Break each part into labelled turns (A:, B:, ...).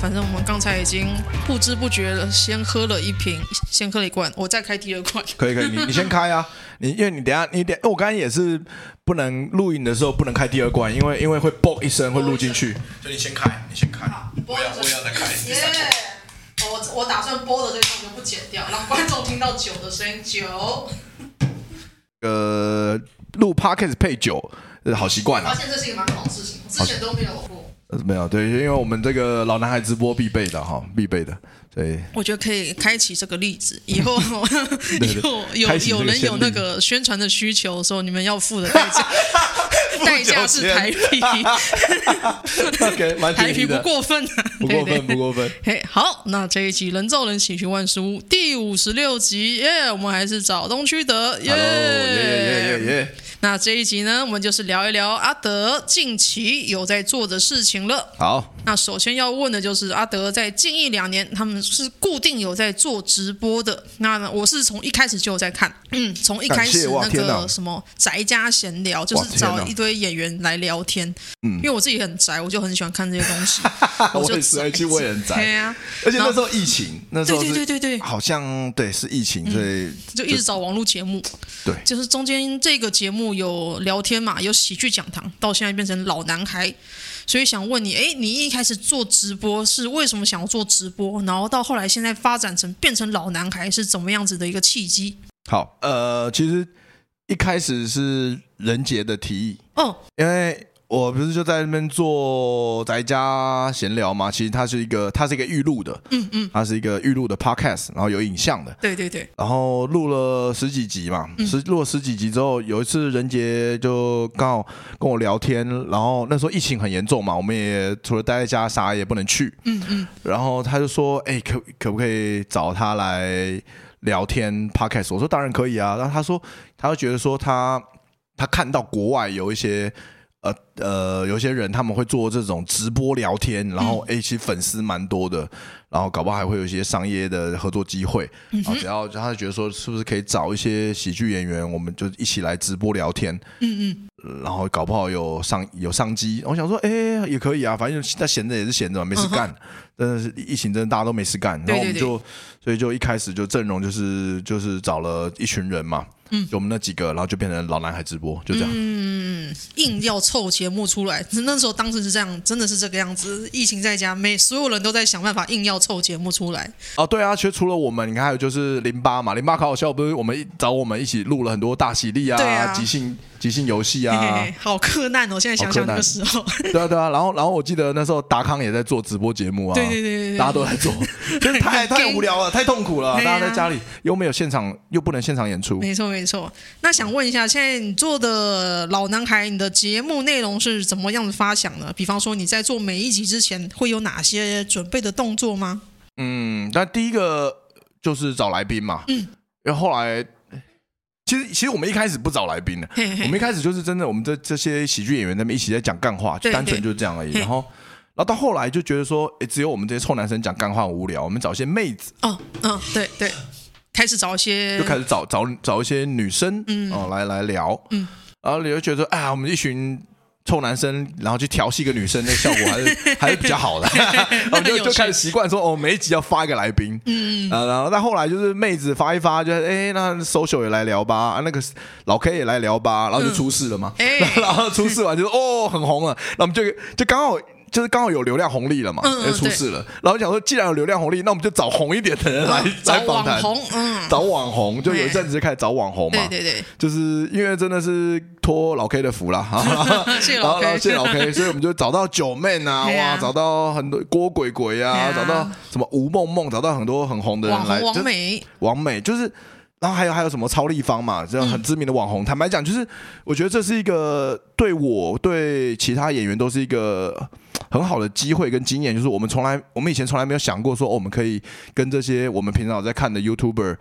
A: 反正我们刚才已经不知不觉的先喝了一瓶，先喝了一罐，我再开第二罐。
B: 可以可以，你你先开啊，你因为你等一下你等，因为我刚才也是不能录影的时候不能开第二罐，因为因为会嘣一声会录进去，所以你先开，你先开，我要我也要再开。
A: 耶、我我打算播的这个我就不剪掉，让观众听到酒的声音。酒，
B: 呃，录 podcast 配酒，呃好习惯
A: 发
B: 啊，
A: 现这是一个蛮好的事情，之前都没有过。
B: 呃没有对，因为我们这个老男孩直播必备的哈，必备的，所以
A: 我觉得可以开启这个例子，以后
B: 对
A: 以后有
B: 开启这个
A: 有人有
B: 先例
A: 那个宣传的需求的时候，你们要付的代价，代价是台币，
B: OK，蛮
A: 台
B: 便
A: 币
B: 宜
A: 不
B: 的，
A: 过分啊，
B: 不
A: 对
B: 过分
A: 对
B: 不过分，
A: 嘿，好，那这一集人造人喜剧万事屋第五十六集，耶、我们还是找东区德，耶、
B: 耶耶耶耶耶，
A: 那这一集呢，我们就是聊一聊阿德近期有在做的事情了。
B: 好，
A: 那首先要问的就是阿德在近一两年，他们是固定有在做直播的。那呢我是从一开始就有在看，嗯，从一开
B: 感谢
A: 始
B: 哇
A: 那
B: 天哪
A: 个什么宅家闲聊，就
B: 哇
A: 是
B: 天哪
A: 找一堆演员来聊天。嗯，因为我自己很宅，我就很喜欢看这些东西。我
B: 我
A: 就
B: 也是，而且我也很宅，
A: 对啊，
B: 而且
A: 然
B: 那
A: 后
B: 时候疫情，那时候
A: 对
B: 是
A: 对对嗯对对
B: 好像对是疫情，所以
A: 就一直找网络节目。
B: 对
A: 就是中间这个节目有聊天嘛，有喜剧讲堂，到现在变成老男孩。所以想问你，哎，你一开始做直播是为什么想要做直播？然后到后来现在发展成变成老男孩是怎么样子的一个契机？
B: 好呃，其实一开始是任杰的提议，
A: 哦，
B: 因为我不是就在那边做宅家闲聊嘛，其实它是一个它是一个预录的，嗯嗯，它是一个预录的 podcast，然后有影像的，
A: 对对对，
B: 然后录了十几集嘛，十录了十几集之后，有一次任杰就刚好跟我聊天，然后那时候疫情很严重嘛，我们也除了待在家啥也不能去，嗯嗯，然后他就说，哎、可可不可以找他来聊天 podcast？我说当然可以啊，然后他说，他就觉得说他他看到国外有一些。呃呃，有一些人他们会做这种直播聊天，然后
A: 嗯
B: 哎、诶其实粉丝蛮多的，然后搞不好还会有一些商业的合作机会。
A: 嗯
B: 然后只要他就觉得说，是不是可以找一些喜剧演员，我们就一起来直播聊天，
A: 嗯
B: 然后搞不好有上有上机。我想说，哎、也可以啊，反正那闲着也是闲着嘛，没事干。真的是疫情，真的大家都没事干，然后我
A: 嗯
B: 们
A: 对对对
B: 就所以就一开始就阵容就是就是找了一群人嘛，嗯，我们那几个，然后就变成老男孩直播，就这样。
A: 嗯，硬要凑节目出来，那时候当时是这样，真的是这个样子。疫情在家，每所有人都在想办法硬要凑节目出来。
B: 哦，对啊，其实除了我们，你看还有就是零八嘛，零八考好笑不是我们一找我们一起录了很多大喜力啊，
A: 对啊
B: 即兴即兴游戏
A: 嘿
B: 啊，
A: 嘿嘿，好困难哦！现在想想那个时候，
B: 对啊，对啊，然后然后我记得那时候达康也在做直播节目啊，
A: 对对对对对
B: 大家都 在做，就是太
A: 很
B: 太
A: gay
B: 无聊了，太痛苦了，
A: 对啊
B: 大家在家里又没有现场，又不能现场演出。
A: 没错没错。那想问一下，现在你做的老男孩，你的节目内容是怎么样的发想呢？比方说你在做每一集之前会有哪些准备的动作吗？
B: 嗯，但第一个就是找来宾嘛，嗯，然后后来。哎其实，其实我们一开始不找来宾的，
A: 嘿嘿
B: 我们一开始就是真的，我们这这些喜剧演员他们一起在讲干话，就
A: 对
B: 单纯
A: 对
B: 就是这样而已。
A: 嘿
B: 然后，然后到后来就觉得说，诶，只有我们这些臭男生讲干话很无聊，我们找一些妹子，
A: 哦，嗯，对对，开始找一些
B: 就开始找找找一些女生，哦，来来聊，
A: 嗯
B: 然后你就觉得，哎呀，我们一群臭男生，然后去调戏一个女生，那效果 还是还是比较好的，然后就
A: 有趣
B: 就开始习惯说，哦，每一集要发一个来宾，嗯，啊，然后但后来就是妹子发一发，就是哎，那 social 也来聊吧，啊，那个老 K 也来聊吧，然后就出事了嘛，
A: 哎
B: 然后出事完就是哦，很红了，那我们就就刚好。就是刚好有流量红利了嘛，哎
A: 嗯嗯
B: 就出事了。然后想说，既然有流量红利，那我们就找红一点的人来、
A: 哦
B: 来
A: 找
B: 访谈
A: 网。红， 嗯，
B: 找网红，就有一阵子就开始找网红嘛
A: 对，对对，
B: 就是因为真的是托老 K 的 福啦，
A: 谢谢
B: 然
A: 老
B: 后
A: K
B: 然后谢谢老 K，所以我们就找到九妹啊，
A: 对啊
B: 哇，找到很多郭鬼鬼啊，
A: 对
B: 找
A: 啊
B: 到什么吴梦梦，找到很多很红的
A: 网
B: 人来，
A: 红
B: 就
A: 王美，
B: 王美就是。然后还有还有什么超立方嘛，这样很知名的网
A: 嗯
B: 红。坦白讲，就是我觉得这是一个对我对其他演员都是一个很好的机会跟经验。就是我们从来我们以前从来没有想过说，哦，我们可以跟这些我们平常有在看的 YouTuber，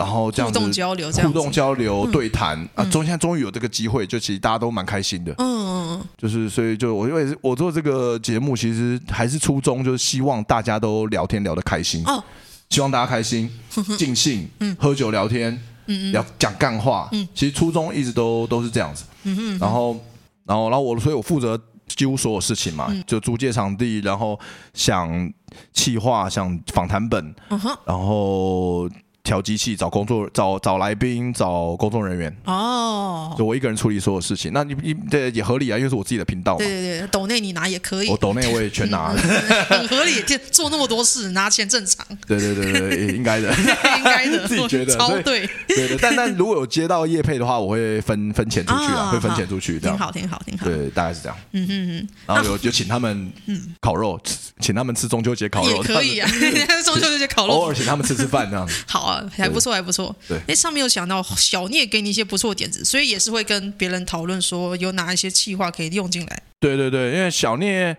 B: 然后这样
A: 互
B: 子
A: 动交流这样
B: 互
A: 子，嗯
B: 动交流、对谈啊，终现在终于有这个机会，就其实大家都蛮开心的。
A: 嗯，嗯
B: 就是所以就我因为我做这个节目，其实还是初衷就是希望大家都聊天聊得开心，
A: 嗯哦，嗯
B: 希望大家开心、尽兴，喝酒聊天，聊讲干
A: 嗯
B: 话。其实初衷一直都都是这样子。然后，然后，然后我，所以我负责几乎所有事情嘛，
A: 嗯
B: 就租借场地，然后想企划，想访谈本，
A: 嗯哼，
B: 然后调机器，找工作，找找来宾，找工作人员，
A: 哦，
B: 就我一个人处理所有事情。那你你对也合理啊，因为是我自己的频道嘛
A: 对，对对，抖内你拿也可以
B: 我，抖内我也全拿了。
A: 很合理，就做那么多事拿钱正常，
B: 对对对对，应该的。
A: 应该的，
B: 自己觉得所
A: 超
B: 以
A: 对，
B: 对对，但但如果有接到业配的话，我会分分钱出去啊，
A: 啊
B: 会分钱出去这
A: 挺
B: 样。
A: 好挺好挺好，
B: 对，大概是这样。
A: 嗯嗯
B: 然后有有请他们烤肉，吃请他们吃中秋节烤
A: 嗯，
B: 肉，
A: 也可以啊，中秋节 烤
B: 偶
A: 肉
B: 尔请他们吃吃饭这样子。
A: 好啊，还不错，还不错。
B: 对
A: 哎，上面有想到小聂给你一些不错的点子，所以也是会跟别人讨论说有哪一些计划可以用进来。
B: 对对对，因为小聂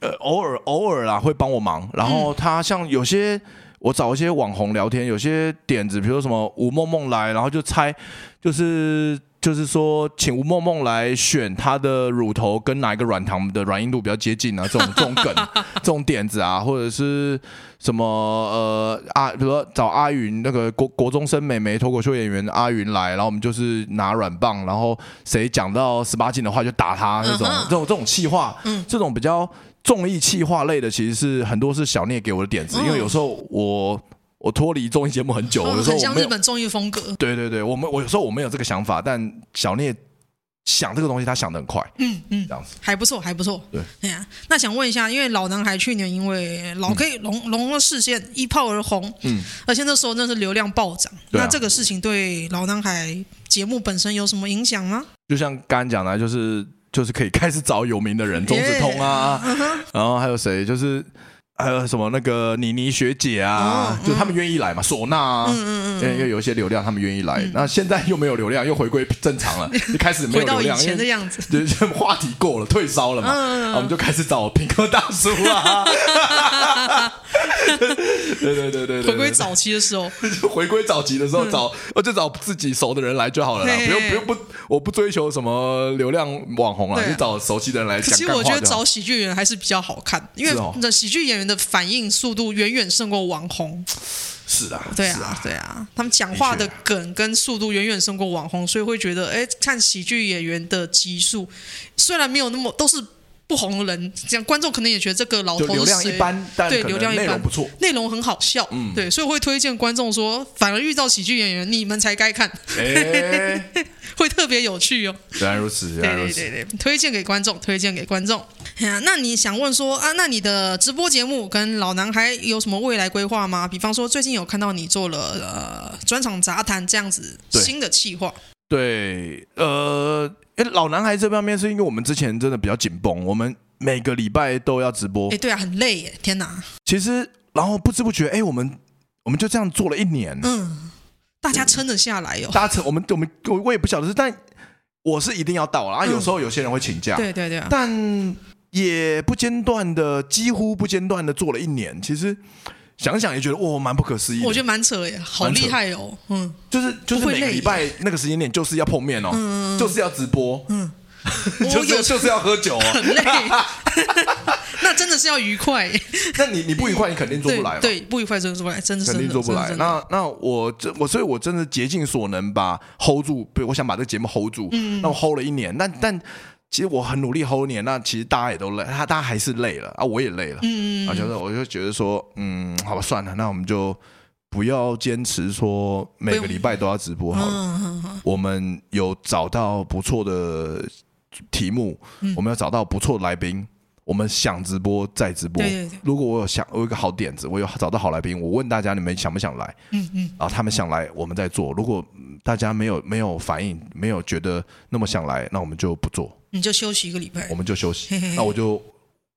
B: 呃偶尔偶尔啦会帮我忙，然后他像有些。我找一些网红聊天，有些点子，比如说什么吴梦梦来，然后就猜，就是就是说，请吴梦梦来选她的乳头跟哪一个软糖的软硬度比较接近啊，这种这种梗，这种点子啊，或者是什么呃啊，比如说找阿云那个国国中生美眉脱口秀演员阿云来，然后我们就是拿软棒，然后谁讲到十八禁的话就打他那种、
A: 嗯哼
B: 这种这种气话，
A: 嗯
B: 这种比较综艺气话类的，其实是很多是小聂给我的点
A: 嗯
B: 子，因为有时候我我脱离综艺节目很久，有时候
A: 哦很
B: 我
A: 像
B: 没
A: 日
B: 有，
A: 本综艺风格，
B: 对对对，我们我有时候我没有这个想法，但小聂想这个东西，他想的很快，
A: 嗯嗯
B: 这，样子。
A: 还不错，还不错。
B: 对，
A: 哎呀，那想问一下，因为老男孩去年因为老 K 龙龙的视线一炮而红，
B: 嗯，
A: 而且那时候真的是流量暴涨。
B: 对啊
A: 那这个事情对老男孩节目本身有什么影响吗？
B: 就像刚刚讲的，啊就是就是可以开始找有名的人，钟子通 啊，
A: 嗯
B: 然后还有谁，就是还有什么那个妮妮学姐
A: 哦
B: 啊，就
A: 嗯
B: 他们愿意来嘛，唢呐啊，因为因为有一些流量，他们愿意
A: 嗯
B: 来。那现在又没有流量，又回归正常了，一开始没
A: 回
B: 有流
A: 到以
B: 量，因
A: 前的
B: 为
A: 样子，嗯
B: 对，这话题过了，退烧了嘛，啊我们就开始找平哥大叔啊， 对对对对对，对
A: 回归早期的时候，
B: 回归早期的时候找，我就找自己熟的人来就好了啦，
A: 嗯嘿
B: 不用不用不，我不追求什么流量网红啦，
A: 对啊
B: 就找熟悉的人来
A: 可
B: 讲
A: 其实
B: 干
A: 我
B: 话
A: 觉得
B: 就好
A: 找喜剧演员还是比较好看，因
B: 是哦
A: 为那喜剧演员的反应速度远远胜过网红。
B: 是啊，
A: 对
B: 是
A: 啊，对啊，他们讲话的梗跟速度远远胜过网红，所以会觉得，哎，看喜剧演员的集数，虽然没有那么都是不红的人，这样观众可能也觉得这个老
B: 就
A: 头
B: 流
A: 是
B: 量
A: 谁
B: 一般，但
A: 对
B: 可
A: 流
B: 能
A: 量一
B: 内容
A: 般
B: 不错。
A: 内容很好笑，
B: 嗯
A: 对，所以我会推荐观众说，反而遇到喜剧演员，你们才该看，
B: 哎，
A: 会特别有趣哦。
B: 原来如此，原来
A: 对
B: 如
A: 对
B: 此。
A: 对对，推荐给观众，推荐给观众。哎呀，那你想问说啊，那你的直播节目跟老男孩有什么未来规划吗？比方说，最近有看到你做了呃专场杂谈这样子
B: 对
A: 新的企划，
B: 对，呃，哎老男孩这方面是因为我们之前真的比较紧绷，我们每个礼拜都要直播
A: 哎，，对啊，很累耶，天哪，
B: 其实然后不知不觉，哎，我们我们就这样做了一年，
A: 嗯，大家撑得下来哟、哦
B: 搭乘我们我们我我也不晓得是，但我是一定要到啦。啊，有时候有些人会请假，
A: 对对对啊，
B: 但也不间断的，几乎不间断的做了一年。其实想想也觉得哇，蛮不可思议的。
A: 我觉得蛮扯耶，好
B: 蛮扯
A: 厉害哦，嗯，
B: 就是就是
A: 不会
B: 每个
A: 累啊嗯
B: 礼拜那个时间点就是要碰面哦，就是要直播， 就
A: 我
B: 是
A: 有
B: 就是要喝酒 哦。
A: 很累，那真的是要愉快耶，
B: 那你你不愉快，你肯定做
A: 对
B: 不来嘛。哦
A: 对，不愉快真的做不来，真的
B: 肯定做不来。那那我这我，所以我真的竭尽所能把 hold 住，比如我想把这个节目 hold 住，
A: 嗯
B: 那我 hold 了一年，但但其实我很努力 hold 一年，那其实大家也都累，他大家还是累了啊，我也累了，嗯，啊，就是我就觉得说，嗯，好吧，算了，那我们就不要坚持说每个礼拜都要直播好了，
A: 嗯
B: 我们有找到不错的题目，
A: 嗯
B: 我们要找到不错的来宾。我们想直播再直播，
A: 对对对
B: 如果我有想我有一个好点子，我有找到好来宾，我问大家你们想不想来？嗯嗯，然后他们想来，我们再做。如果嗯大家没有没有反应，没有觉得那么想来，那我们就不做，
A: 你就休息一个礼拜
B: 我，们就休息
A: 嘿嘿嘿。
B: 那我就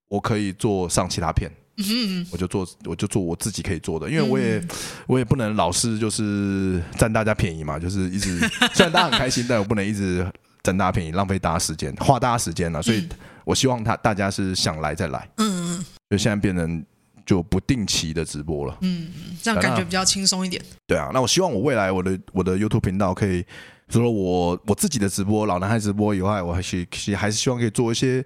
B: 我可以做上其他片，嗯我就做我就做我自己可以做的，因为我也、我也不能老是就是占大家便宜嘛，就是一直 虽然大家很开心，但我不能一直占大家便宜，浪费大家时间，花大家时间了。啊所以我希望他大家是想来再来，
A: 嗯嗯
B: 就现在变成就不定期的直播了。
A: 嗯，这样感觉比较轻松一点。
B: 对啊，那我希望我未来我的我的 YouTube 频道可以，除了我我自己的直播、老男孩直播以外，我还是其实还是希望可以做一些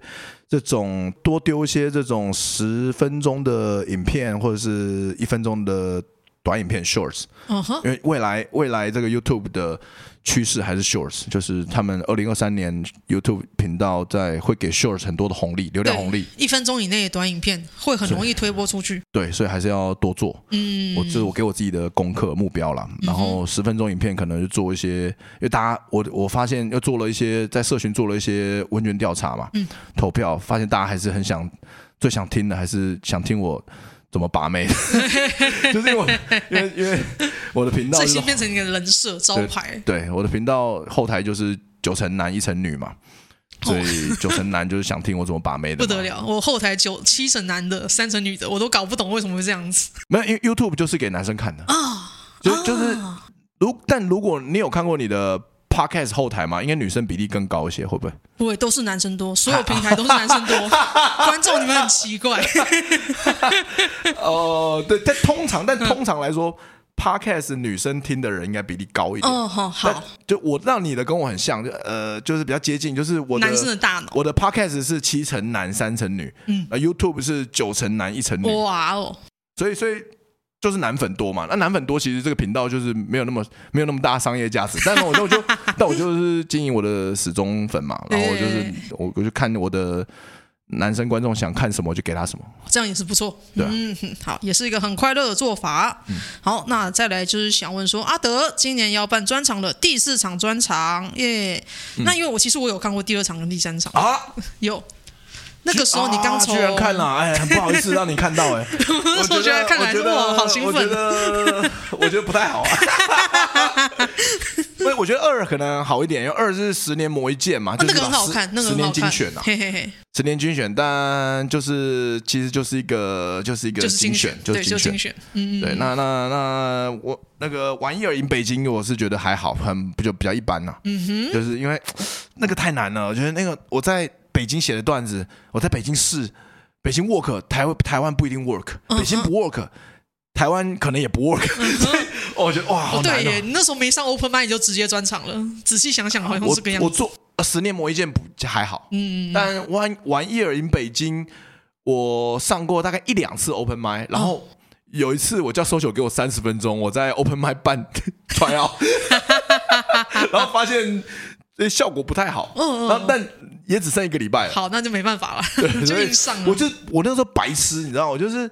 B: 这种多丢一些这种十分钟的影片，或者是一分钟的短影片 Shorts，
A: 嗯哼，
B: 因为未来未来这个 YouTube 的趋势还是 Shorts，就是他们二零二三年 YouTube 频道在会给 Shorts 很多的红利，流量
A: 对
B: 红利，
A: 一分钟以内的短影片会很容易推播出去。
B: 对，所以还是要多做。嗯，我这是我给我自己的功课目标啦。然后十分钟影片可能就做一些，因为大家我我发现又做了一些在社群做了一些问卷调查嘛，嗯，投票发现大家还是很想最想听的，还是想听我怎么把妹，就是因为我因为因为我的频道
A: 这已
B: 就是
A: 经变成你的人设招牌，
B: 对我的频道后台就是九成男一成女嘛，所以九成男就是想听我怎么把妹的，
A: 不得。了！我后台九七成男的，三成女的，我都搞不懂为什么会这样子
B: 没有，因为 YouTube 就是给男生看的，
A: 啊！
B: 就就是如但如果你有看过你的 podcast 后台嘛，应该女生比例更高一些，会不会？
A: 不会，都是男生多，所有平台都是男生 多。观众你们很奇怪，
B: 哦，对，但通常
A: 嗯
B: 但通常来说。Podcast 女生听的人应该比例高一点，
A: 哦，好
B: 但
A: 好，
B: 就我让你的跟我很像，就呃就是比较接近，就是我的
A: 男生的大脑，
B: 我的 Podcast 是七成男三成女，嗯，YouTube 是九成男一成女，
A: 哇哦，
B: 所以所以就是男粉多嘛。那男粉多，其实这个频道就是没有那么没有那么大商业价值。但是我就 我就但我就是经营我的死忠粉嘛，然后我就是
A: 对
B: 我我就看我的男生观众想看什么，我就给他什么。
A: 这样也是不错。
B: 对啊嗯
A: 嗯，哼好，也是一个很快乐的做法。好，那再来就是想问说，阿德今年要办专场的第四场专场耶。
B: 嗯
A: 那因为我其实我有看过第二场跟第三场，
B: 啊，
A: 有。那个时候你刚从、
B: 居然看了，哎，很不好意思让你看到， 哎，
A: 那时候居然看来
B: 我觉得
A: 哇好兴奋
B: 我觉得我觉得不太好啊。啊 我我觉得二可能好一点，因为二是十年磨一剑嘛，
A: 啊
B: 就
A: 那
B: 是
A: 个很
B: 把
A: 好
B: 十
A: 看，那个
B: 十
A: 很好
B: 年
A: 看，
B: 精选啊，
A: 嘿嘿嘿，
B: 十年精选，但就是其实就是一个就是一个
A: 就是
B: 精
A: 选，
B: 就
A: 对，
B: 是
A: 就是
B: 精
A: 精
B: 选。
A: 选，嗯，
B: 对，那那那我那个玩意儿赢北京，我是觉得还好，很就比较一般呐、嗯哼，就是因为那个太难了，我觉得那个我在北京写的段子，我在北京试，北京 work，台湾台湾不一定 work，北
A: 嗯
B: 京不 work，、台湾可能也不 work，、所 以我觉得哇，
A: 哦
B: 好难
A: 对耶，
B: 哦。
A: 你那时候没上 open mic 就直接专场了，仔细想想好像
B: 啊我
A: 是个样
B: 我
A: 子。
B: 做呃十年磨一剑不还好，嗯，但玩玩意儿赢北京，我上过大概一两次 open mic，然
A: 哦
B: 后。有一次，我叫搜九给我三十分钟，我在 open mic 办 try out，然后发现这效果不太好，
A: 嗯嗯
B: 然后但也只剩一个礼拜了，
A: 好，那就没办法了，就
B: 所以
A: 硬上了。
B: 我就我那时候白痴，你知道吗，我就是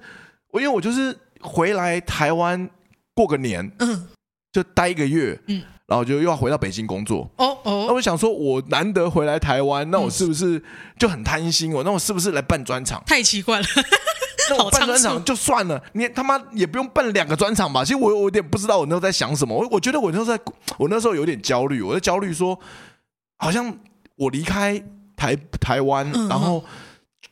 B: 我，因为我就是回来台湾过个年，
A: 嗯，
B: 就待一个月，
A: 嗯，
B: 然后就又要回到北京工作，
A: 哦
B: 那
A: 哦，？
B: 我想说，我难得回来台湾，那我是不是就很贪心？我那我是不是来办专场
A: 太奇怪了，
B: 那我办
A: 好仓
B: 专
A: 促
B: 场就算了，你他妈也不用办两个专场吧？其实我我有点不知道我那时候在想什么。我我觉得我那时候在，我那时候有点焦虑，我在焦虑说，好像我离开台台湾，
A: 嗯
B: 然后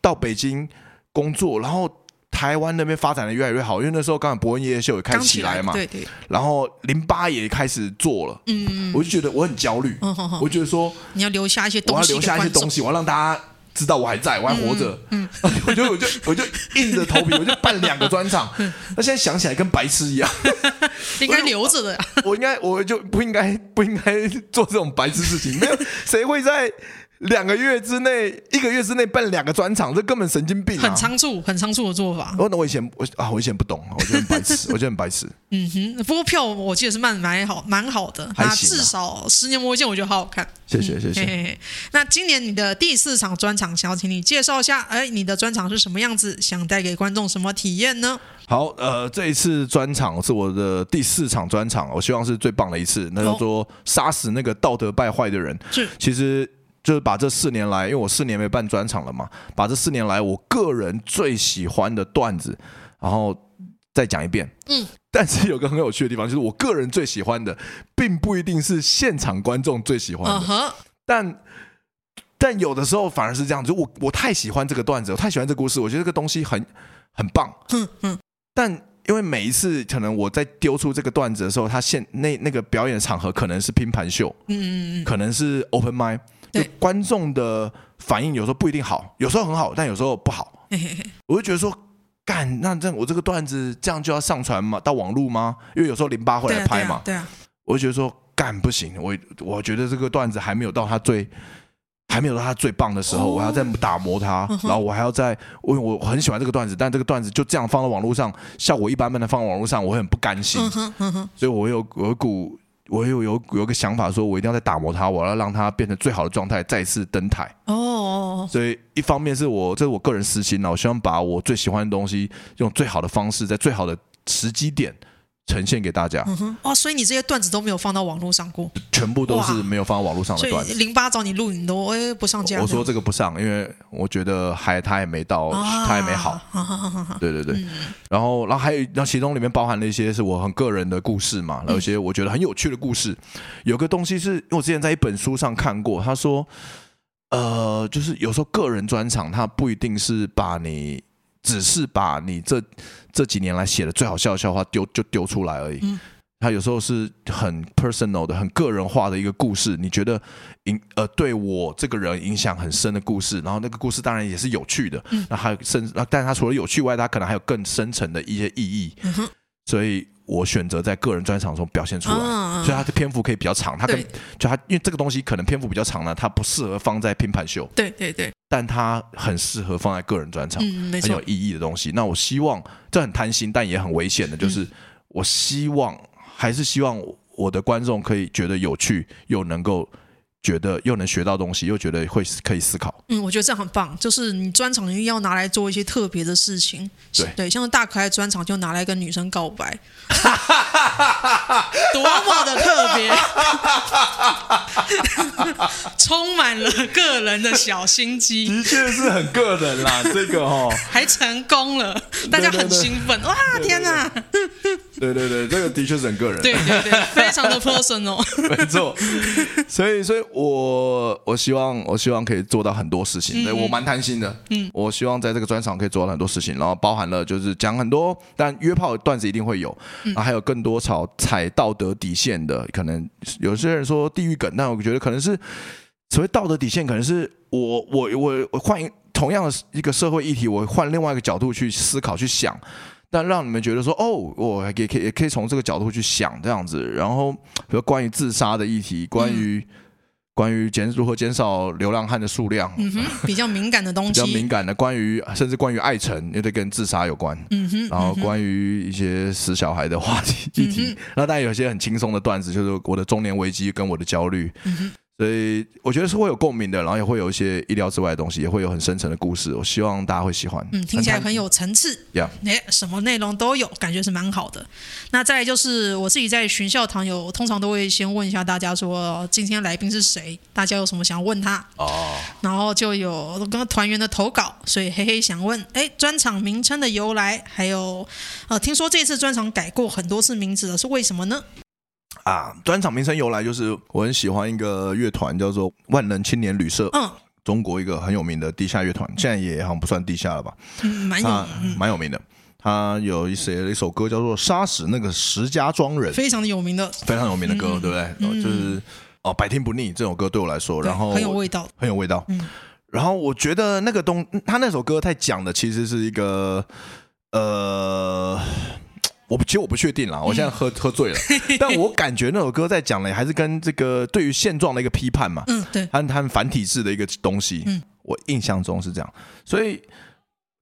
B: 到北京工作，然后。台湾那边发展的越来越好，因为那时候刚好伯恩夜夜秀也开
A: 刚
B: 始起来嘛，
A: 对对，
B: 然后零八也开始做了，
A: 嗯，
B: 我就觉得我很焦虑，
A: 嗯好好
B: 我觉得说
A: 你要留下一些
B: 我
A: 东
B: 要
A: 西，
B: 留下一些东。西，我要让大家知道我还在，我还活着。嗯， 我就我就我就硬着头皮，我就办两个专场。
A: 嗯
B: 那现在想起来跟白痴一样，
A: 应该留着的呀。
B: 我应该我就不应该不应该做这种白痴事情。没 有谁会在两个月之内、一个月之内办两个专场，这根本神经病啊！
A: 很仓促，很仓促的做法。
B: 我那我以前我啊，我以前不懂，我觉得很 白痴，我觉得很白痴。
A: 嗯哼，不过票我记得是蛮蛮好，蛮好的。
B: 还
A: 那
B: 行啊
A: 至少《十年磨一剑》我觉得好好看。
B: 谢谢
A: 嗯
B: 谢
A: 嘿嘿
B: 谢。
A: 嘿。那今年你的第四场专场，想要请你介绍一下，哎，你的专场是什么样子？想带给观众什么体验呢？
B: 好，呃，这一次专场是我的第四场专场，我希望是最棒的一次，那叫做杀死那个道德败坏的人。
A: 是
B: 其实就是把这四年来，因为我四年没办专场了嘛，把这四年来我个人最喜欢的段子，然后再讲一遍。
A: 嗯，
B: 但是有个很有趣的地方，就是我个人最喜欢的，并不一定是现场观众最喜欢的，
A: 嗯哼，
B: 但。但有的时候反而是这样，就我我太喜欢这个段子，我太喜欢这个故事，我觉得这个东西很很棒，
A: 哼哼，
B: 但因为每一次可能我在丢出这个段子的时候，他现那那个表演的场合可能是拼盘秀，
A: 嗯嗯嗯
B: 可能是 open mic，就
A: 对
B: 观众的反应有时候不一定好，有时候很好，但有时候不好。
A: 嘿嘿嘿，
B: 我就觉得说，干，那这样我这个段子这样就要上传吗？到网络吗？因为有时候零八会
A: 对
B: 来
A: 啊
B: 拍嘛，
A: 对啊，
B: 我就觉得说，干不行，我我觉得这个段子还没有到他最。还没有到他最棒的时候，
A: 哦嗯
B: 我还要再打磨他，然后我还要再，我我很喜欢这个段子，但这个段子就这
A: 嗯
B: 样放到网络上，效果一般般的放到网络上，我会很不甘心。
A: 对啊嗯哼嗯哼，
B: 所以我有我有股我有有有个想法，说我一定要再打磨他，我要让他变成最好的状态，再次登台。
A: 哦哦，哦
B: 所以一方面是我这是我个人私心啦，我希望把我最喜欢的东西用最好的方式，在最好的时机点呈现给大家，
A: 嗯哼，哦，所以你这些段子都没有放到网络上过，
B: 全部都是
A: 哇
B: 没有放到网络上
A: 所
B: 的段
A: 以
B: 子。
A: 零八找你录影都哎不上架。
B: 我说这个不上，因为我觉得还他也没到，
A: 啊嗯
B: 他也没好。，
A: 哈哈哈哈哈
B: 对对对，然后然后还有，然后其中里面包含了一些是我很个人的故事嘛，然后有些我觉得很有趣的故事。有个东西是因为我之前在一本书上看过，他说，呃，就是有时候个人专场，它不一定是把你只是把你这这几年来写的最好笑的笑话丢就丢出来而已。
A: 嗯
B: 它有时候是很 personal 的、很个人化的一个故事，你觉得影呃对我这个人影响很深的故事，然后那个故事当然也是有趣的，
A: 嗯
B: 那还有甚，那但它除了有趣外，它可能还有更深层的一些意义，
A: 嗯哼
B: 所以我选择在个人专场中表现出来，
A: 嗯嗯嗯
B: 所以它的篇幅可以比较长，它跟
A: 对
B: 就它因为这个东西可能篇幅比较长呢，它不适合放在拼盘秀，
A: 对对对，
B: 但它很适合放在个人专场，
A: 嗯，没
B: 很
A: 错
B: 有，意义的东西。那我希望这很贪心，但也很危险
A: 嗯
B: 的，就是我希望还是希望我的观众可以觉得有趣，又能够觉得又能学到东西，又觉得会可以思考。
A: 嗯，我觉得这样很棒，就是你专场一定要拿来做一些特别的事情，
B: 对
A: 对，像大可爱专场就拿来跟女生告 白，多么的特别，充满了个人的小心机，
B: 的确是很个人啦，这个哦，
A: 还成功了，大家
B: 对对
A: 很
B: 对
A: 兴奋，哇，天哪，
B: 对对对，这个的确是很个人，
A: 对对对，非常的 personal，
B: 没错。所以，所以我我希望我希望可以做到很多事情，对我蛮贪心的，嗯，我希望在这个专场可以做到很多事情，然后包含了就是讲很多，但约炮的段子一定会有，然啊后还有更多吵踩道德底线的，可能有些人说地狱梗，但我觉得可能是所谓道德底线，可能是我我我我换一同样的一个社会议题，我换另外一个角度去思考去想。但让你们觉得说，哦，我也可以也可以从这个角度去想这样子，然后比如关于自杀的议题，关于、
A: 嗯
B: 关于减如何减少流浪汉的数量，
A: 嗯哼，比较敏感的东
B: 比较
A: 西
B: 敏，感的，关于甚至关于爱情，也得跟自杀有关。
A: 嗯哼，嗯
B: 然后关于一些死小孩的话题议题，那当然有些很轻松的段子，就是我的中年危机跟我的焦虑，
A: 嗯
B: 所以我觉得是会有共鸣的，然后也会有一些意料之外的东西，也会有很深层的故事，我希望大家会喜欢。
A: 嗯，听起来
B: 很
A: 很有层次。
B: Yeah
A: 哎，什么内容都有，感觉是蛮好的。那再来就是我自己在巡校堂有，通常都会先问一下大家说，哦今天来宾是谁，大家有什么想问他，
B: 哦，
A: 然后就有跟团员的投稿，所以嘿嘿想问，哎，专场名称的由来，还有呃，听说这次专场改过很多次名字了，是为什么呢？
B: 啊，专场名称由来就是我很喜欢一个乐团叫做万能青年旅社，
A: 嗯，
B: 中国一个很有名的地下乐团，现在也好像不算地下了吧，
A: 嗯蛮有
B: 它蛮有名的。他有一写了一首歌叫做《杀死那个石家庄人》，
A: 非常的嗯有名的，
B: 非常有名的歌，对不对？哦就是哦，百听不腻这首歌对我来说，然后
A: 很有味嗯道。
B: 很有味道。然后我觉得那个东，他那首歌在讲的其实是一个呃。我不其实我不确
A: 嗯
B: 定啦，我现在喝、喝醉了，但我感觉那首歌在讲的还是跟这个对于现状的一个批判嘛，
A: 嗯，对，
B: 和他们繁体字的一个东西。
A: 嗯
B: 我印象中是这样，所以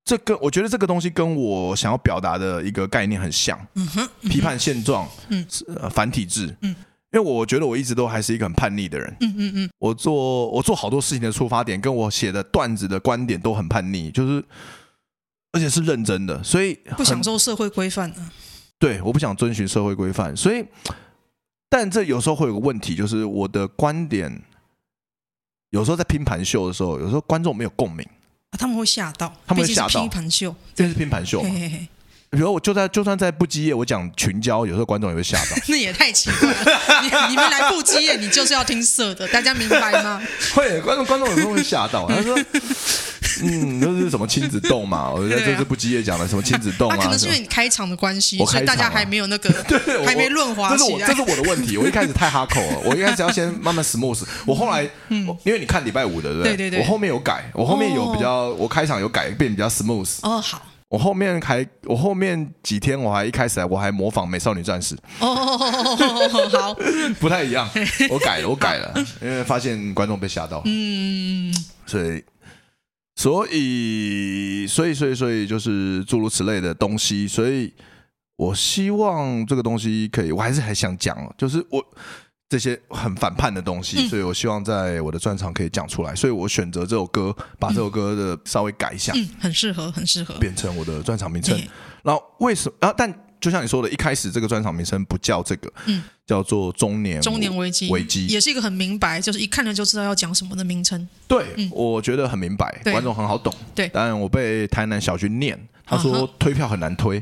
B: 这个我觉得这个东西跟我想要表达的一个概念很像，
A: 嗯哼，
B: 批判现状，
A: 嗯
B: 是，呃繁体字，
A: 嗯。
B: 因为我觉得我一直都还是一个很叛逆的人，
A: 嗯嗯嗯，
B: 我做我做好多事情的出发点跟我写的段子的观点都很叛逆，就是而且是认真的，所以
A: 不
B: 很
A: 享受社会规范的，
B: 对，我不想遵循社会规范，所以，但这有时候会有个问题，就是我的观点，有时候在拼盘秀的时候，有时候观众没有共鸣，
A: 啊他们会吓到，
B: 他们会
A: 毕竟是
B: 吓到
A: 批判秀，
B: 因为是拼盘秀
A: 嘿
B: 嘛。
A: 嘿嘿。
B: 比如我就在就算在不羁夜，我讲群交，有时候观众也会吓 到，
A: 那也太奇怪 了！你你们来不羁业，你就是要听色的，大家明白吗？
B: 会观众观众有时候会吓到，他说。 嗯，这是什么亲子洞嘛？我在
A: 对
B: 这
A: 啊
B: 是不羁夜讲的什么亲子洞
A: 啊，
B: 啊？
A: 可能是
B: 什
A: 因
B: 么
A: 为你开场的关系，
B: 我
A: 所以
B: 开
A: 大家
B: 场啊
A: 还没有那个，
B: 对 我
A: 还没润滑
B: 这是
A: 起
B: 我
A: 来。
B: 这是我的问题，我一开始太哈口 了，我一开始要先慢慢 smooth。我后来，我因为你看礼拜五的，对不
A: 嗯对对对
B: 我后面有改，我后面有比较，我开场有改变比较 smooth。
A: 哦，好，
B: 我后面还，我后面几天我还一开始我还模仿美少女战士，
A: 哦， 好，
B: 不太一样，我改了，我改 了，因为发现观众被吓到，
A: 嗯，
B: 所以。所以，所以，所以，所以，就是诸如此类的东西。所以我希望这个东西可以，我还是很想讲哦，就是我这些很反叛的东西，
A: 嗯
B: 所以我希望在我的专场可以讲出来，所以我选择这首歌，把这首歌的稍微改一下，
A: 嗯，很适合，很适合。
B: 变成我的专场名称
A: 对。
B: 然后为什么？然后但就像你说的，一开始这个专场名称不叫这个，
A: 嗯
B: 叫做中年
A: 中年危机，
B: 危机
A: 也是一个很明白，就是一看了就知道要讲什么的名 称。
B: 对，我觉得很明白，
A: 嗯对
B: 观众很好懂。
A: 对
B: 但我被台南小军念，他
A: 啊
B: 说
A: 哈
B: 推票很难 推，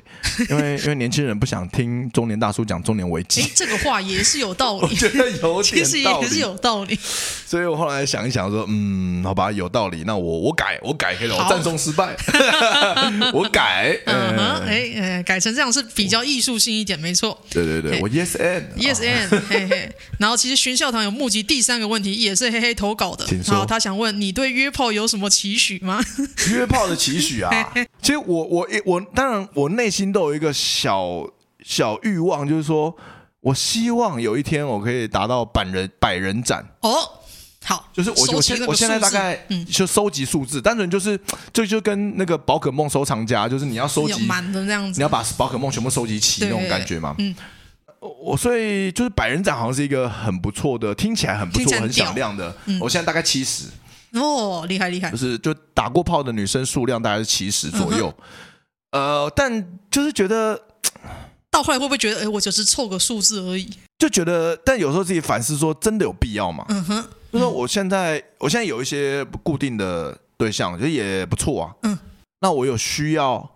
B: 因为因为年轻人不想听中年大叔讲中年危
A: 诶
B: 机，，
A: 这个话也是有道
B: 我
A: 理，
B: 觉得 有
A: 其
B: 点
A: 实
B: 道
A: 也是
B: 理。
A: 有道理。
B: 所以我后来想一想说，嗯，好吧，有道理，那我我改，我改黑了，
A: 好
B: 我赞颂失 败， 我改。
A: 嗯哼，
B: 嗯，
A: 哎哎，改成这样是比较艺术性一点，没错。
B: 对对对，
A: 嘿
B: 我 yes and
A: Yes and 嘿嘿，然后其实巡校堂有募集第三个问题，也是黑黑投稿的
B: 请。说
A: 然后他想问你对约炮有什么期许吗？
B: 约炮的期许啊。其实我我我当然我内心都有一个小小欲望，就是说我希望有一天我可以达到百人百人斩。
A: 哦，好，
B: 就是我
A: 收
B: 我
A: 集那
B: 现
A: 个
B: 我现在
A: 数
B: 大
A: 字嗯
B: 概就收集数字，单纯就是这就跟那个宝可梦收藏家，就是你要收
A: 要
B: 集，
A: 满的这样
B: 你
A: 子
B: 要。把宝可梦全部收集齐
A: 对
B: 那种感觉嘛。嗯，我所以就是百人斩好像是一个很不错的，听起来很不
A: 听起
B: 错、
A: 来很嗯
B: 很响亮的。我现在大概七十，
A: 哦，厉害厉害
B: 就。是就打过炮的女生数量大概是七十左右。呃，但就是觉得
A: 到后来会不会觉得，哎，我只是凑个数字而已？
B: 就觉得，但有时候自己反思说，真的有必要吗？
A: 嗯哼，
B: 就是说我现在我现在有一些固定的对象，就也不错啊。
A: 嗯，
B: 那我有需要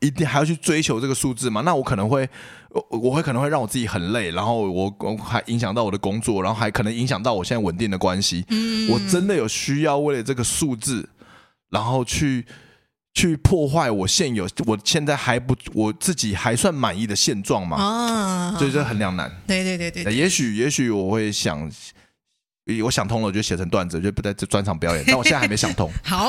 B: 一定还要去追求这个数字吗？那我可能会，我我会可能会让我自己很累，然后我我还影响到我的工作，然后还可能影响到我现在稳定的关系。
A: 嗯，
B: 我真的有需要为了这个数字，然后去去破坏我现有我现在还不我自己还算满意的现状吗？
A: 啊，
B: 所以这很两难。
A: 对对对对
B: 呃
A: 对，
B: 也许也许我会想，我想通了，我就写成段子，就不在这专场表演。但我现在还没想通，
A: 好，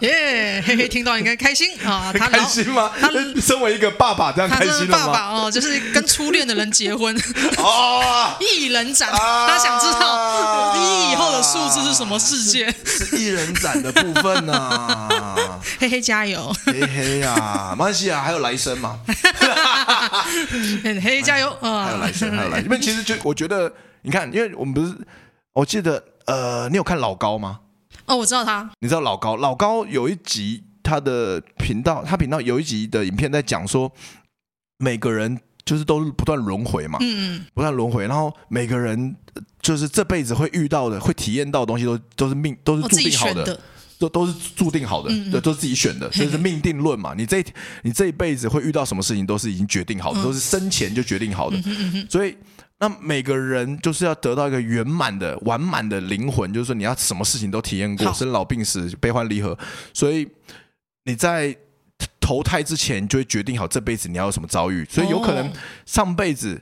A: 耶，嘿嘿，听到应该开心 啊， 他
B: 开
A: 老。
B: 心吗
A: 他？
B: 身为一个爸爸，这样
A: 他
B: 开
A: 这
B: 心
A: 爸
B: 了吗？
A: 爸哦，就是跟初恋的人结婚，
B: 哦，
A: 一人斩。
B: 啊
A: 他想知道 你以后的数字是什么世界？
B: 是一人展的部分呢、
A: 嘿嘿，加油！
B: 嘿嘿呀、啊，马来西亚还有来生嘛？
A: 嘿嘿，加油！
B: 哎还
A: 啊
B: 有来，生，还有来生。因为其实就我觉得，你看，因为我们不是，我记得呃，你有看老高吗？
A: 哦，我知道他，
B: 你知道老高，老高有一集他的频道，他频道有一集的影片在讲说，每个人就是都是不断轮回嘛，
A: 嗯
B: 不断轮回，然后每个人呃就是这辈子会遇到的、会体验到的东西都都是命，都是
A: 嗯，我
B: 注
A: 自己
B: 定好
A: 选
B: 的，，都都是注定好的，
A: 嗯嗯
B: 对，都是自己选的，
A: 嘿
B: 就是命定论嘛。你这一你这一辈子会遇到什么事情，都是已经决定好的，
A: 嗯
B: 都是生前就决定好的，
A: 嗯嗯嗯，
B: 所以。那每个人就是要得到一个圆满的、完满的灵魂，就是说你要什么事情都体验过，
A: 好
B: 生老病死、悲欢离合。所以你在投胎之前，你就会决定好这辈子你要有什么遭遇。所以有可能
A: 哦
B: 上辈子，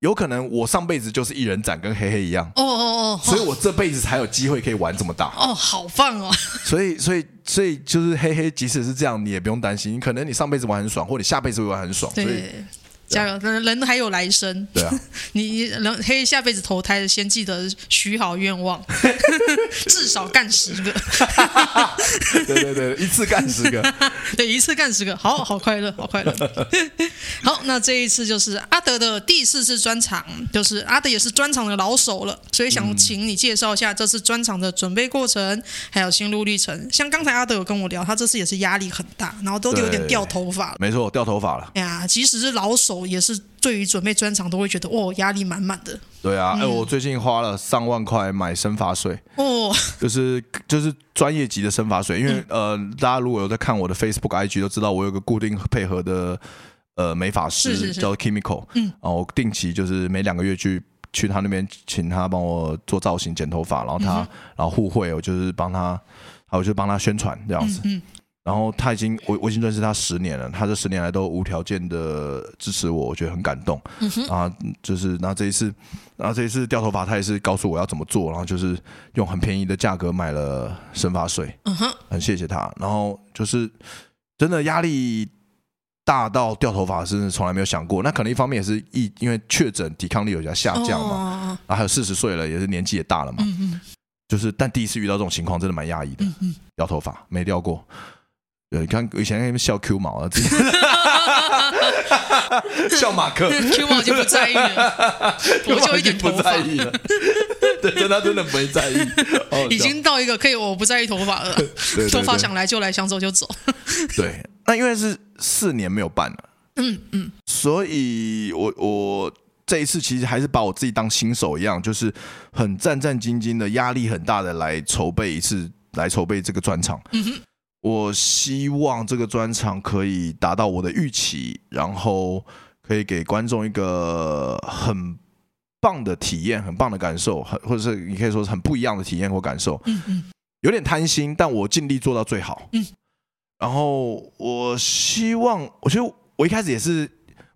B: 有可能我上辈子就是一人斩，跟黑黑一样，
A: 哦哦哦，
B: 所以我这辈子才有机会可以玩这么大。
A: 哦，好棒哦，
B: 所以，所以，所以就是黑黑，即使是这样，你也不用担心，你可能你上辈子玩很爽，或者你下辈子会玩很爽。所以，啊
A: 对，加油！人人还有来生，
B: 对啊，
A: 你你人黑下辈子投胎的，先记得许好愿 望，至少干十个，
B: 对对对，一次干十个。
A: 对，一次干十个，好好快乐，好 快乐。好，那这一次就是阿德的第四次专场，就是阿德也是专场的老手了，所以想请你介绍一下这次专场的准备过程，还有心路历程。像刚才阿德有跟我聊，他这次也是压力很大，然后都有点
B: 对
A: 掉头发了。
B: 没错，掉头发了。
A: 嗯哎呀，即使是老手，也是对于准备专场都会觉得哦，压力满满的
B: 对啊，哎、我最近花了上万块买生发水，
A: 哦。
B: 就是就是专业级的生发水，因为、
A: 嗯
B: 呃，大家如果有在看我的 Facebook、IG 都知道，我有个固定配合的呃美发
A: 是
B: 师
A: 是是
B: 叫 Chemical，嗯，然后我定期就是每两个月去。去他那边，请他帮我做造型、剪头发，然后
A: 嗯
B: 他，然后互惠，我就是帮他，还有就是帮他宣传这样子。
A: 嗯，
B: 然后他已经，我我已经认识他十年了，他这十年来都无条件的支持我，我觉得很感动。
A: 嗯
B: 啊，就是那这一次，那这一次掉头发，他也是告诉我要怎么做，然后就是用很便宜的价格买了生发水，
A: 嗯哼，
B: 很谢谢他。然后就是真的压力大到掉头发是从来没有想过，那可能一方面也是疫，因为确诊抵抗力有点下降嘛，
A: 嘛，
B: 然后还有四十岁了，也是年纪也大了嘛，
A: 嗯嗯
B: 就是但第一次遇到这种情况，真的蛮压抑的。
A: 嗯嗯，
B: 掉头发没掉过，对，你看以前那边笑 Q 毛啊，自己笑马 克，
A: Q 毛已经不在意了，我就一点头
B: 不在
A: 发，
B: 意了，对，真的他真的没 在意，好好笑
A: 已经到一个可以我不在意头发了，
B: 对对
A: 头发
B: 对
A: 想来就来，想走就走。
B: 对，那因为是四年没有办了，嗯嗯，所以我我这一次其实还是把我自己当新手一样，就是很战战兢兢的，压力很大的来筹备一次，来筹备这个专场。嗯哼，我希望这个专场可以达到我的预期，然后可以给观众一个很。棒的体验，很棒的感受，很或者是你可以说是很不一样的体验或感受。
A: 嗯嗯
B: 有点贪心，但我尽力做到最好。
A: 嗯，
B: 然后我希望，我觉得我一开始也是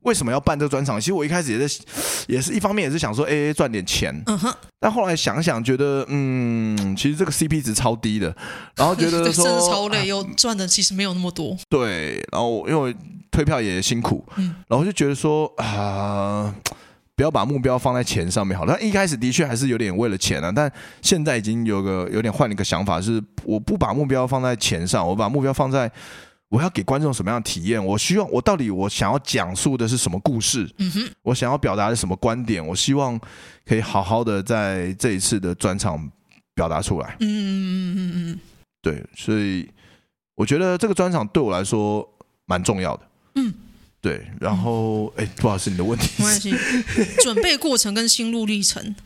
B: 为什么要办这个专场？其实我一开始也是，也是一方面也是想说 A A 赚点钱，
A: 嗯哼，
B: 但后来想想觉得，嗯，其实这个 C P 值超低的，然后觉得
A: 对，真
B: 说啊
A: 的超累，又赚的其实没有那么多。
B: 对，然后因为我退票也辛苦，
A: 嗯
B: 然后我就觉得说啊、不要把目标放在钱上面好了。但一开始的确还是有点为了钱啊，但现在已经有个有点换了一个想法，是我不把目标放在钱上，我把目标放在我要给观众什么样的体验，我希望我到底我想要讲述的是什么故事，
A: 嗯哼，
B: 我想要表达的是什么观点，我希望可以好好的在这一次的专场表达出来。
A: 嗯嗯嗯嗯嗯。
B: 对，所以我觉得这个专场对我来说蛮重要的。
A: 嗯，
B: 对。然后，哎、不好意思，你的问题
A: 没关
B: 是，
A: 系，准备过程跟心路历程，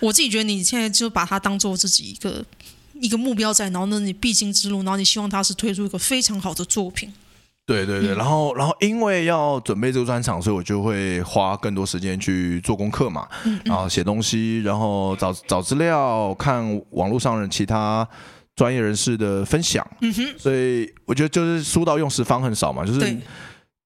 A: 我自己觉得你现在就把它当做自己一个一个目标在，然后呢，你必经之路，然后你希望它是推出一个非常好的作品。
B: 对对
A: 嗯
B: 对。然后，然后因为要准备这个专场，所以我就会花更多时间去做功课嘛，
A: 嗯
B: 然后写东西，然后找找资料，看网络上人其他。专业人士的分享，
A: 嗯哼，
B: 所以我觉得就是书到用时方恨少嘛，就是
A: 对，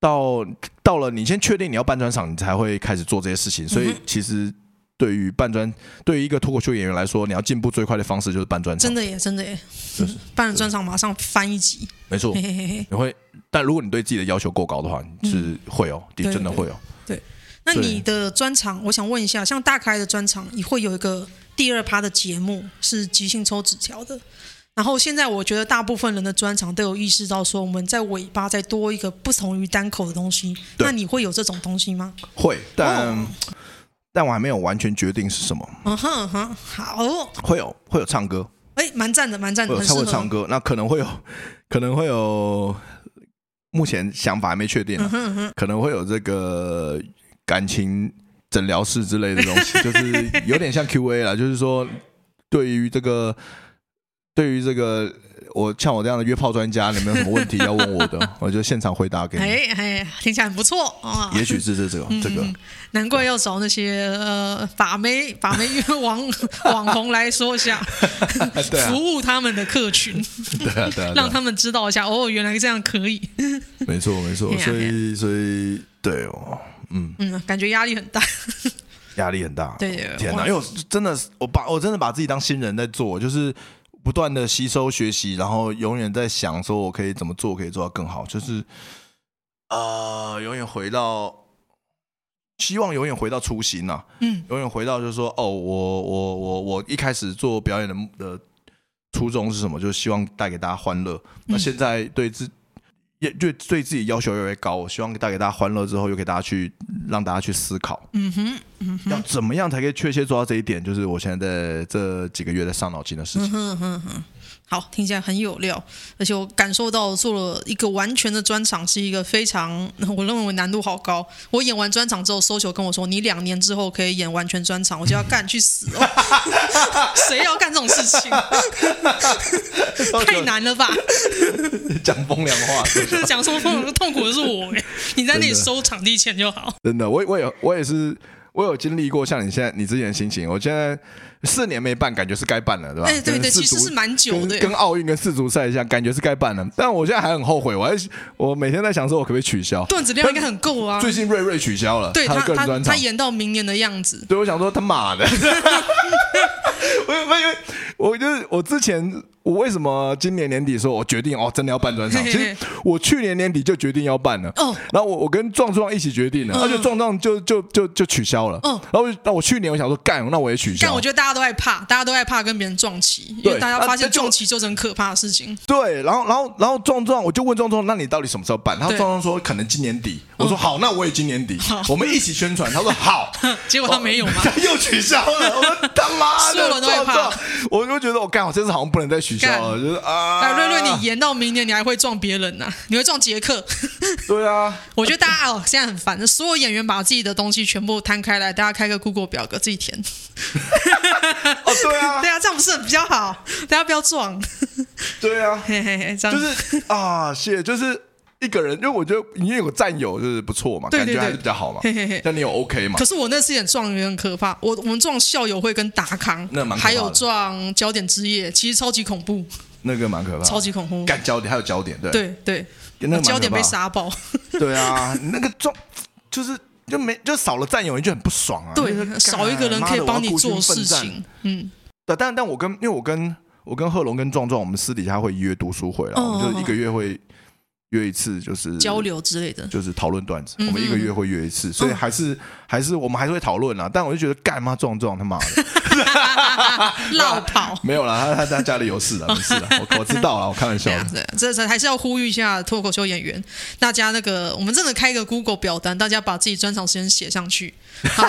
B: 到到了你先确定你要办专场，你才会开始做这些事情。所
A: 嗯
B: 以
A: 哼
B: 其实对于办专，对于一个脱口秀演员来说，你要进步最快的方式就是办专场
A: 真。的耶，真的耶
B: 就是，
A: 办了专场马上翻一集，
B: 没错
A: 嘿，嘿嘿嘿。
B: 你会。但如果你对自己的要求够高的话，你是会哦，你
A: 对
B: 真的会哦。
A: 那你的专场，我想问一下，像大开的专场，你会有一个第二趴的节目是即兴抽纸条的。然后现在我觉得大部分人的专场都有意识到说，我们在尾巴再多一个不同于单口的东西。
B: 对
A: 那你会有这种东西吗？
B: 会，
A: 哦
B: 但但我还没有完全决定是什么。
A: 嗯哼嗯哼，好，
B: 会有会有唱歌，
A: 哎，蛮赞的，蛮赞
B: 会
A: 的，
B: 有
A: 很适
B: 唱会
A: 合
B: 有唱。歌，那可能会有可能会有，目前想法还没确定 啊
A: 嗯，哼嗯哼，
B: 可能会有这个感情诊疗室之类的东 西，就是有点像 Q&A 啦，就是说对于这个，对于这个，我像我这样的约炮专家，你们有什么问题要问我的， 我就现场回答给你。
A: 哎哎，听起来很不错啊。
B: 也许是这这个这个，
A: 嗯难怪要找那些呃把妹把妹 网网红来说一下，嗯
B: 对啊
A: 服务他们的客群，
B: 对啊对啊，对
A: 让
B: 啊
A: 他们知道一下，哦，原来这样可 以。
B: 没错没错
A: 嘿，啊
B: 所以所以对哦，嗯，
A: 嗯，感觉压力很大。
B: 压力很大。
A: 对对
B: 天
A: 我
B: 哪，因为我真的是我把我真的把自己当新人在做，就是不断的吸收学习，然后永远在想说我可以怎么做可以做到更好，就是呃，永远回到希望永远回到初心啊呐、
A: 嗯
B: 永远回到就是说哦，我我我我一开始做表演的目的初衷是什么？就是希望带给大家欢乐。
A: 嗯
B: 那现在对自也对对自己要求越来越高，我希望带给大家欢乐之后，又给大家去让大家去思考。
A: 嗯哼嗯哼
B: 要怎么样才可以确切做到这一点？就是我现在在这几个月在伤脑筋的事
A: 嗯
B: 情。
A: 哼嗯哼，好，听起来很有料，而且我感受到做了一个完全的专场是一个非常， 我认为难度好高。我演完专场之后，搜球跟我说，你两年之后可以演完全专场，我就要干去死哦！ 谁要干这种事 情？太难了 吧！
B: 讲风凉话，
A: 讲说痛痛苦的是我哎，你在那里
B: 真的
A: 收场地钱就好。
B: 真的，我我有我也是，我有经历过像你现在你之前的心情。我现在四年没办，感觉是该办了，对吧？
A: 哎，对对，
B: 跟世
A: 其
B: 足
A: 实是蛮久的
B: 跟。跟奥运跟世足赛一样，感觉是该办了。但我现在还很后悔，我还我每天在想说，我可不可以取消？
A: 段子量应该很够啊！
B: 最近瑞瑞取消了，
A: 对
B: 他的
A: 他
B: 个人
A: 他
B: 专场
A: 他。演到明年的样子，
B: 对，我想说他妈的，我我因为我就是我之前我为什么今年年底说我决定哦，真的要办专场？
A: 嘿
B: 其
A: 嘿
B: 实
A: 嘿
B: 我去年年底就决定要办了，
A: 哦
B: 然后我我跟壮壮一起决定了，
A: 嗯
B: 而且壮壮就就就就取消了，
A: 嗯
B: 然后我那我去年我想说干，那我也取消，
A: 但我觉得大家都害怕，大家都害怕跟别人撞旗，因
B: 对
A: 为大家发
B: 啊
A: 现
B: 这就
A: 撞旗就是很可怕的事情。
B: 对，然后然后然后壮壮，我就问壮壮，那你到底什么时候办？他
A: 对
B: 壮壮说可能今年底。我说好，那我也今年底，我们一起宣传。他说好，
A: 结果他没有嘛
B: 他又取消 了。我说他妈
A: 所有
B: 的
A: 人都害
B: 壮
A: 怕
B: 壮，我就觉得我干，我这次好像不能再取消了，就是啊。
A: 哎，瑞瑞，你延到明年，你还会撞别人呐、你会撞杰克。
B: 对啊，
A: 我觉得大家哦，现在很烦，所有演员把自己的东西全部摊开来，大家开个 Google 表格自己填。
B: 哦 对啊
A: 对，啊，这样不是比较好？ 大家不要撞，
B: 对啊，
A: 嘿嘿嘿，这样
B: 就是啊，谢，就是一个人，因为我觉得你有个战友就是不错嘛，
A: 对
B: 感
A: 对
B: 觉还
A: 对
B: 是比较好嘛
A: 嘿嘿嘿。
B: 那你有 OK 嘛
A: 可？是我那次也撞也很可怕，我我们撞校友会跟达康，
B: 那蛮可怕的
A: 还有撞焦点之夜，其实超级恐怖，
B: 那个蛮可怕的，
A: 超级恐怖。
B: 啊干焦点，还有焦点，对，
A: 对对，
B: 那个蛮可怕
A: 焦点被杀爆，
B: 对啊，那个状就是就没就少了战友，你就很不爽啊。就是
A: 对，
B: 干
A: 少一个人
B: 妈
A: 可以
B: 的我要
A: 帮你
B: 孤
A: 做
B: 军奋
A: 事
B: 战
A: 情。嗯，
B: 对，但但我跟因为我跟我跟贺龙跟壮壮，我们私底下会约读书会啦，
A: 嗯
B: 我们就一个月会约一次，就是
A: 交，流之类的。
B: 就是讨论段子。
A: 嗯
B: 我们一个月会约一次，所以还是还是我们还是会讨论啦。但我就觉得干妈壮壮他妈的
A: 绕跑。
B: 没有啦，他他他家里有事了，没事了，我我知道了，我开玩笑
A: 对
B: 的
A: 啊，。对啊，这这还是要呼吁一下脱口秀演员，大家那个我们真的开一个 Google 表单，大家把自己专场时间写上去，好，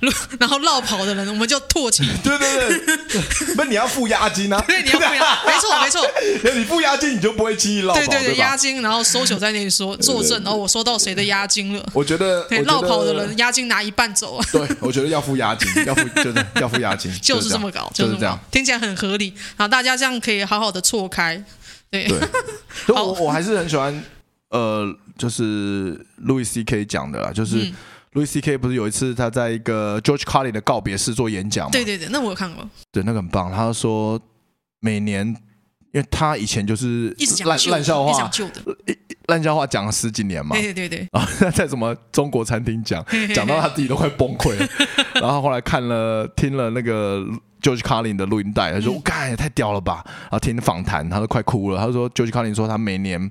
A: 如 然后绕跑的人我们就唾弃，
B: 对对对，不是你要付押金啊？
A: 对，你要不要？没错没错，
B: 对， 你付押金你就不会轻易落跑，
A: 对对对，
B: 吧
A: 押？金，然后收酒在那里说作证，哦，我收到谁的押金了？
B: 我觉得，
A: 对，
B: 我觉
A: 绕
B: 得
A: 跑的人押金拿一半走啊，
B: 对，我觉得要付押金，要付就是要付押金，
A: 就是这
B: 样
A: 么搞，
B: 就是是
A: 这
B: 这
A: 样
B: 样。，
A: 听起来很合理。然后大家这样可以好好的错开， 对
B: 对，所以
A: 好
B: 我我还是很喜欢，呃，就是 Louis C K 讲的啦，就是
A: 嗯
B: Louis C K 不是有一次他在一个 George Carlin 的告别式做演讲嘛？
A: 对对对，那我有看过，
B: 对，那个很棒。他说每年，因为他以前就是
A: 一直讲
B: 烂
A: 旧的，
B: 烂笑
A: 一直讲
B: 话，
A: 旧的，
B: 烂笑话讲了十几年嘛
A: 对。对对对，
B: 然 后在什么中国餐厅讲
A: 嘿嘿，嘿
B: 讲到他自己都快崩溃了。然后后来看了听了那个 George Carlin 的录音带，他说：“我干、也太屌了吧！”然后听访谈，他都快哭了。他说：“George Carlin 说他每年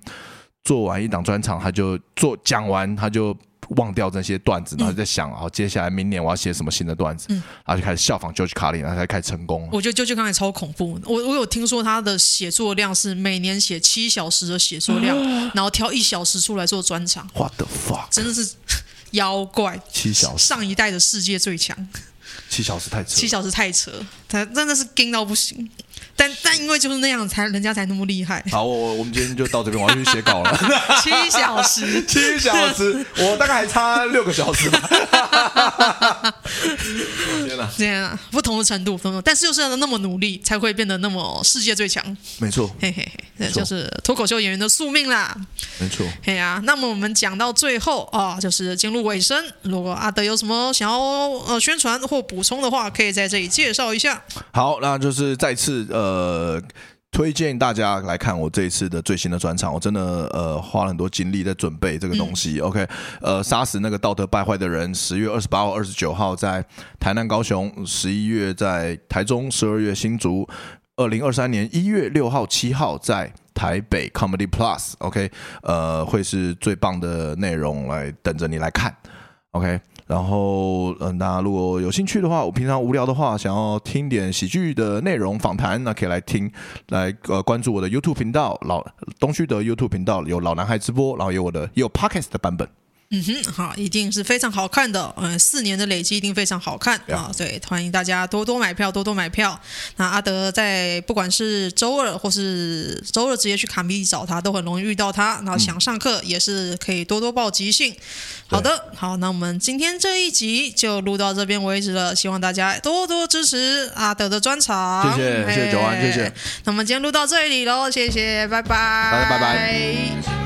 B: 做完一档专场，他就做讲完他就。”忘掉这些段子，然后就在想，然后接下来明年我要写什么新的段子，然后就开始效仿 George Carlin，然后才开始成功。
A: 我觉得啾啾刚才超恐怖，我我有听说他的写作量是每年写七小时的写作量，然后挑一小时出来做专场，
B: What the fuck？
A: 真的是 妖怪。
B: 七小时，
A: 上一代的世界最强，
B: 七小时太扯
A: 七
B: 了。
A: 小时太扯，他真的是硬到不行。但但因为就是那样才人家才那么厉害，
B: 好，我我我们今天就到这边，我要去写稿了。。
A: 七小时
B: 七小时，我大概还差六个小时 吧。天哪，
A: 这样啊，不同的程度，不同的，但是就是要那么努力，才会变得那么世界最强。
B: 没错，
A: 嘿嘿嘿，这
B: 错
A: 就是脱口秀演员的宿命啦。
B: 没错。
A: 哎呀、那么我们讲到最后啊、就是进入尾声。如果阿德有什么想要呃宣传或补充的话，可以在这里介绍一下。
B: 好，那就是再次呃。推荐大家来看我这一次的最新的专场，我真的呃花了很多精力在准备这个东西。OK，呃，杀死那个道德败坏的人，十月二十八号、二十九号在台南、高雄，十一月在台中，十二月新竹，二零二三年一月六号、七号在台北 Comedy Plus，OK，、呃，会是最棒的内容来等着你来看，OK。然后，嗯、大家如果有兴趣的话，我平常无聊的话，想要听点喜剧的内容访谈，那可以来听，来呃关注我的 YouTube 频道，老东区的 YouTube 频道有老男孩直播，然后有我的也有 Podcast 的版本。
A: 嗯哼，好，一定是非常好看的。嗯、四年的累积一定非常好看啊
B: Yeah.！
A: 对，欢迎大家多多买票，多多买票。那阿德在不管是周二或是周二直接去卡米利找他，都很容易遇到他。然后
B: 嗯
A: 想上课也是可以多多报即兴。好的，好，那我们今天这一集就录到这边为止了，希望大家多多支持阿德的专场。
B: 谢谢谢谢
A: 嘿
B: 九安谢谢。
A: 那我们今天录到这里喽，谢谢，拜拜，
B: 大家拜
A: 拜。